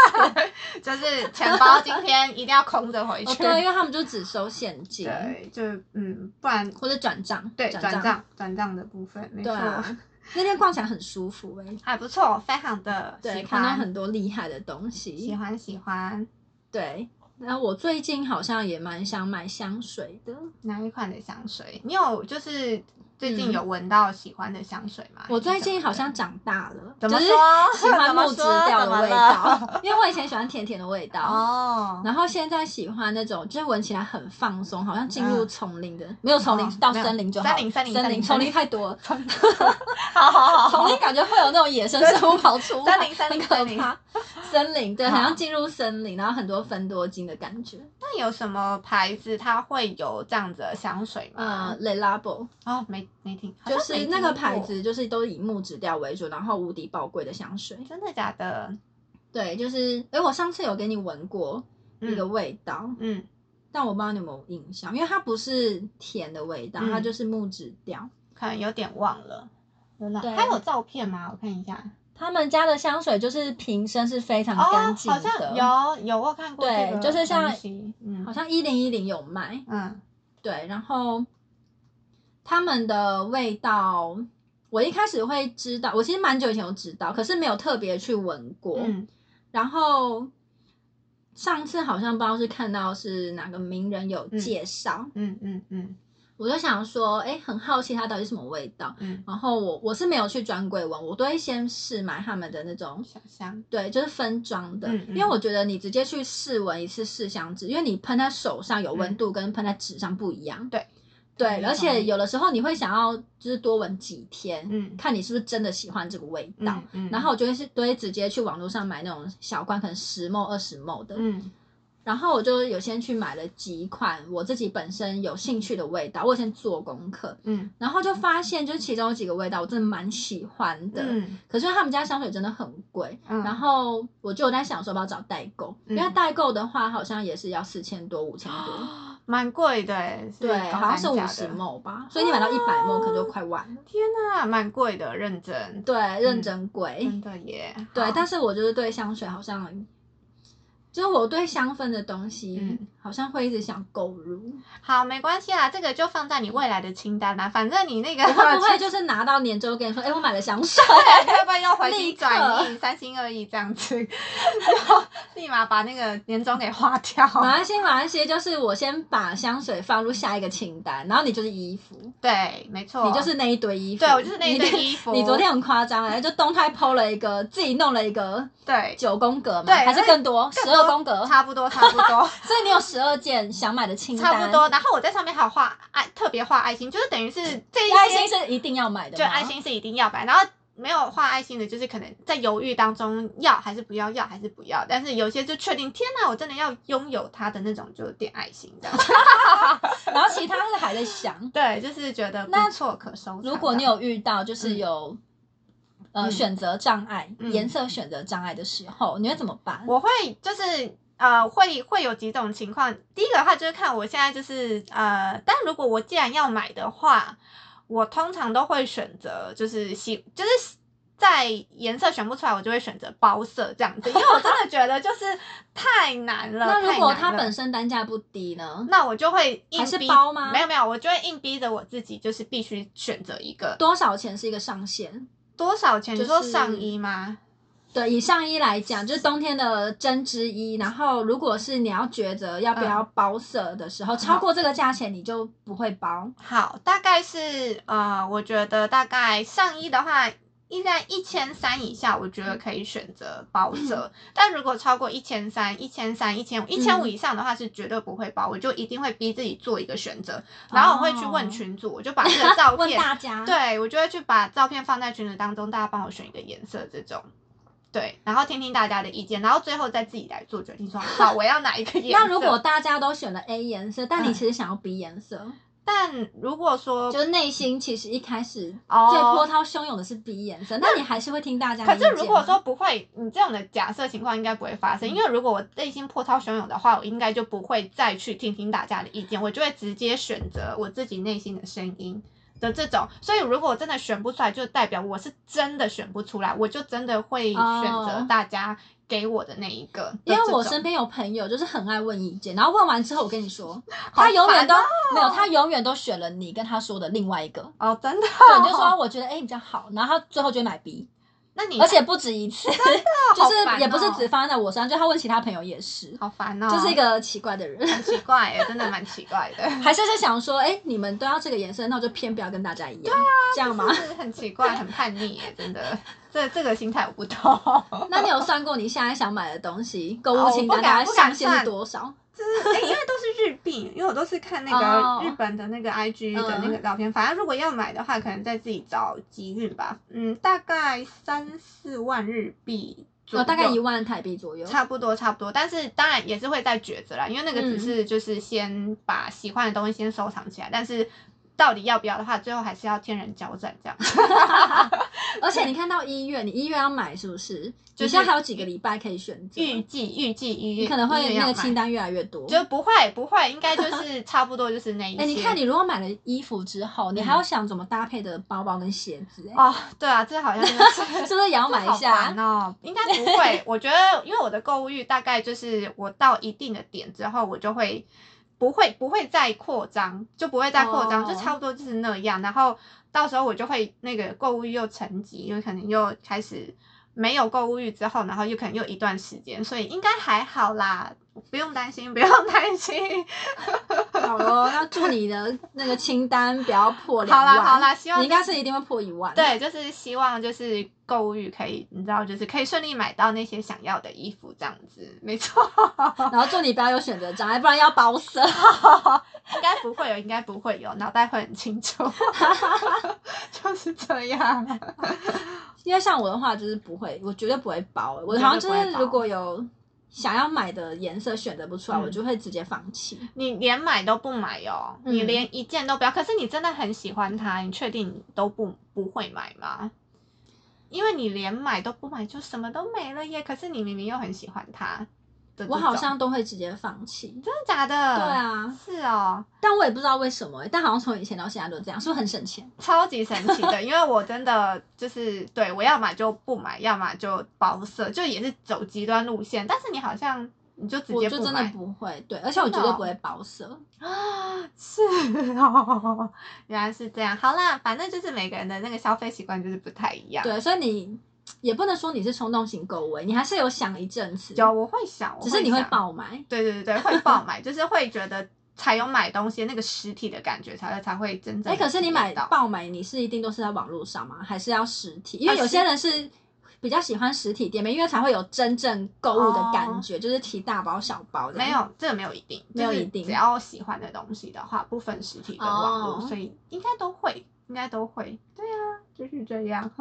就是钱包今天一定要空着回去。
哦对，因为他们就只收现金
对，就嗯，不然
或者转账，
对
转
转账转账的部分，没
对
错，
啊，那天逛起来很舒服哎、
还不错，非常的
对，
喜
看到
欢，
很多厉害的东西，
喜欢喜欢
对，那我最近好像也蛮想买香水的。
哪一款的香水？你有就是最近
嗯
有闻到喜欢的香水吗？
我最
还是
近
什么
好
的
像长大了，
怎么
就是
说
喜欢
怎么
木质
说
调
怎么
的味
了
道，因为我以前喜欢甜甜的味道。
哦，
<laughs> 然后现在喜欢那种，就是闻起来很放松，好像进入
嗯
丛林的，没有丛林
哦
到
没有
森林就好。
森林森林森
森
林
林，
森
丛
林
林太多了，
好好好
丛林感觉会有那种野生生物跑 <laughs> 出来，
森林森林森
很
林
可怕。森林对，好嗯
好
像进入森林，然后很多芬多精的感觉。
那有什么牌子它会有这样子的香水吗？
呃 l e l a b o
哦，没没听，好
就
像
是
没
那个
听
牌
过，
子，就是都以木质调为主，然后无敌宝贵的香水。
真的假的？
对，就是诶，我上次有给你闻过一个
嗯
味道，
嗯
但我不知道你有没有印象，因为它不是甜的味道，它
嗯
就是木质调。
可能有点忘了。有啦
对
它有照片吗？我看一下。
他们家的香水就是瓶身是非常
哦，
干净
好
的，
像有有我有看过
对
这个
就是像
东西嗯
好像一零一零有卖，
嗯
对，然后他们的味道，我一开始会知道，我其实蛮久以前就知道，可是没有特别去闻过。
嗯
然后上次好像不知道是看到是哪个名人有
嗯
介绍，
嗯嗯嗯
我就想说，哎，很好奇它到底是什么味道。
嗯，
然后我我是没有去专柜闻，我都会先试买他们的那种
小香
对，就是分装的，
嗯嗯
因为我觉得你直接去试闻一次试香纸，因为你喷在手上有温度，跟喷在纸上不一样。
嗯对，
对，
嗯
而
同
且
意
有的时候你会想要就是多闻几天，
嗯
看你是不是真的喜欢这个味道。
嗯嗯，
然后我就会是都会直接去网络上买那种小罐，可能十毛二十毛的。
嗯
然后我就有先去买了几款我自己本身有兴趣的味道，我有先做功课，
嗯
然后就发现就是其中有几个味道我真的蛮喜欢的。
嗯
可是他们家香水真的很贵，
嗯，
然后我就有在想说，要不要找代购？
嗯
因为代购的话，好像也是要四千多、五千多，
<gasps> 蛮贵的欸，是
对，
高
好像
单
是五
价
十
的
梦吧。所以你买到一百梦，可能就快完了。
天呐、蛮贵的，认真，
对，认真贵。
真的耶。
哎对
嗯好，
但是我就是对香水好像，就是我对香氛的东西，
嗯
好像会一直想购
<laughs>
入。
好没关系啦，这个就放在你未来的清单啦。反正你那个
我会不会
去
就是拿到年终跟你说，哎、我买了香
<laughs>
水？ <laughs>
会不会又回
立
心
刻
转意，三心二意这样子， <laughs> 然后立马把那个年终给
<laughs>
花掉。
马来西亚，马来西亚就是我先把香水放入下一个清单，然后你就是衣服，
对，没错，
你就是那一堆衣服。
对我就是那一堆
你
衣服
你昨天很夸张哎，就动态 PO 了一个，自己弄了一个
对，
九宫格嘛，
对
还是更多
更
十
多
二宫格，
差不多，差不多。
所以你有十二件想买的 <laughs> 清单，
差不多，。然后我在上面还有画爱，特别画爱心，就是等于是这一些
爱心是一定要买的
就
吗，
爱心是一定要买，然后没有画爱心的，就是可能在犹豫当中要还是不要，要还是不要。但是有些就确定，天哪，我真的要拥有它的那种，就点爱心
<laughs>
这样。
然后其他是还在
<laughs>
想。
对，就是觉得
那
不错可收藏
如果你有遇到就是有呃
嗯
选择障碍，
嗯
颜色选择障碍的时候，你会怎么办？
我会就是呃，会会有几种情况。第一个的话就是看我现在就是呃，但如果我既然要买的话，我通常都会选择就是喜就是。在颜色选不出来，我就会选择包色这样子，因为我真的觉得就是太难了。
<laughs> 那如果它
太难了
本身单价不低呢？
那我就会硬
还
逼
是包吗
没有没有，我就会硬逼着我自己，就是必须选择一个
多少钱是一个上限？
多少钱？
就
你说
是
上衣吗？
对，以上衣来讲，就是冬天的针织衣。然后，如果是你要抉择要不要
嗯
包色的时候，超过这个价钱你就不会包。
好，大概是呃，我觉得大概上衣的话。一在一千三以下，我觉得可以选择包色。
嗯
<laughs> 但如果超过一千三、一千三、一千五、一千五以上的话，是绝对不会包。我就一定会逼自己做一个选择，然后我会去问群主，我就把这个照
哦 <laughs> 问
片
大家，，
对，我就会去把照片放在群组当中，大家帮我选一个颜色这种。对，然后听听大家的意见，然后最后再自己来做决定说，好，我要哪一个颜
<laughs>
色。
那
嗯
如果大家都选了 A 颜色，但你其实想要 B 颜色，
但如果说
就是内心其实一开始最波
哦，
涛汹涌的是 B 颜色，那你还是会听大家的
可
意见吗。嗯
是如果说不会，你这种的假设情况应该不会发生，因为如果我内心波涛汹涌的话，我应该就不会再去听听大家的意见，我就会直接选择我自己内心的声音。的这种，所以如果我真的选不出来，就代表我是真的选不出来，我就真的会选择
哦
大家给我的那一个的这
因
种。
为我身边有朋友就是很爱问意见，然后问完之后，我跟你说，
好
他永远
烦
都没有，他永远都选了你跟他说的另外一
<laughs>
个。
哦，真的、
对，你就说我觉得 A 比较好，然后他最后就会买 B，
那你
<laughs> 而且不止一次，就
好
是
烦
也不是
哦
只放在我身上，就他问其他朋友也是，
好烦哦，
就是一个奇怪的人，
<laughs> 很奇怪耶，真的蛮奇怪
<laughs>
的，
还是在想说，哎，你们都要这个颜色，那我就偏不要跟大家一样，这样吗？
啊就是 <laughs> 很奇怪，很叛逆耶，真的，这这个心态我不懂。
那你有算过你现在想买的东西购
哦
物
我
清
不
单
敢
大概
不敢
上限是
算
多少？
就是、哎诶因为都是日币，因为我都是看那
哦嗯
个日本的那个 IG 的那个照片。反正如果要买的话，可能再自己找集运吧。嗯，大概三四万日币左
呃，
右，
大概一万台币左右。
差不多，差不多，但是当然也
嗯
是会在抉择啦，因为那个只是就是先把喜欢的东西先收藏起来，但是到底要不要的话，最后还是要天人交战这样。 <laughs>
而且你看到一月，你一月要买是不是？
就
你
是
现在还有几个礼拜可以选择，
预计预计一月，
你可能
一
会
月
那个
要买
清单越来越多。
就不会不会，应该就是差不多就是那一些。
<laughs>
嗯
哎、你看，你如果买了衣服之后，你还要想怎么搭配的包包跟鞋子、哎、
哦，对啊，这好像真的是
<laughs> 是不是也要买一
这好
下
烦？哦，应该不会。我觉得，因为我的购物欲大概就是我到一定的点之后，我就会不会不会再扩张，就不会再扩张
哦
就差不多就是那样。然后到时候我就会那个购物欲又沉寂，因为可能又开始没有购物欲之后，然后又可能又一段时间，所以应该还好啦，不用担心，不用担心。
好咯，那祝你的那个清单不要破两
好
万。
啦好啦，希望
你应该是一定会破一万。，
对，就是希望就是购物欲可以，你知道，就是可以顺利买到那些想要的衣服，这样子，没错。 <laughs>
然后祝你不要有选择障碍，不然要包色。
应该不会有，应该不会有，脑袋会很清 <laughs> 楚，就是这样。啊
因为像我的话，就是不会，我绝对不会包。欸我
你
好像就
绝对不会
是
包
如果有想要买的颜色选择不出来，
嗯
我就会直接放弃。
你连买都不买哦，你
嗯
连一件都不要。可是你真的很喜欢它，你确定你都不不会买吗？因为你连买都不买，就什么都没了耶。可是你明明又很喜欢它的这
我好
种
像都会直接放弃。
真的假的？
对，啊，
是哦。
但我也不知道为什么、欸，但好像从以前到现在都这样，是不是很省钱？
超级神奇的，因 <laughs> 为我真的就是对我要么就不买，要么就包色，就也是走极端路线。但是你好像你就直
我
接
就
不
真的 <laughs>
买
不会，对，而且我绝
真的
对
哦
不会包色。
啊，是哦，原来是这样。好啦，反正就是每个人的那个消费习惯就是不太一样。，
对，所以你也不能说你是冲动型购物欸，你还是有想一阵子，
有我会想，我
只是你会
想。
爆买。
对对对对，会爆买， <laughs> 就是会觉得才有买东西那个实体的感觉才会才会真正。
哎、可是你买
到。
爆买，你是一定都是在网络上吗？还是要实体？因为
啊
有
实
些人是比较喜欢实体店面，因为才会有真正购物的感
哦
觉，就是提大包小包的。
没有，这个没有一定，
没有
就是
一定
只要喜欢的东西的话，不分实体跟网络，
哦
所以应该都会，应该都会。对啊，就是这
<laughs>
样。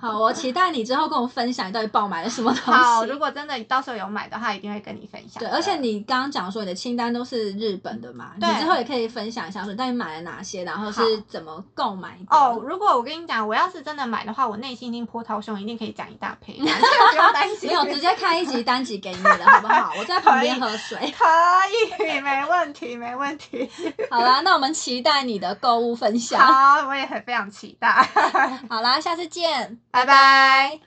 好，我期待你之后跟我分享你到底爆买了什么东
好，
西
如。果真的到时候有买的话，一定会跟你分享
对，
的。
而且你刚刚讲说你的清单都是日本的嘛，你
对
之后也可以分享一下说你到底买了哪些，然后是怎么购买的。
哦，，如果我跟你讲，我要是真的买的话，我内心已经波涛汹，一定可以讲一大
<laughs>
篇，这个不用担心。
没有直接开一集单集给你了，好不好？我在旁边
可以
喝
<laughs>
水。
<laughs> 可以，没问题，没问题。
好啦，那我们期待你的购物分享。 <laughs>
好，我也很非常期待。 <laughs>
好啦，下次见。
拜拜。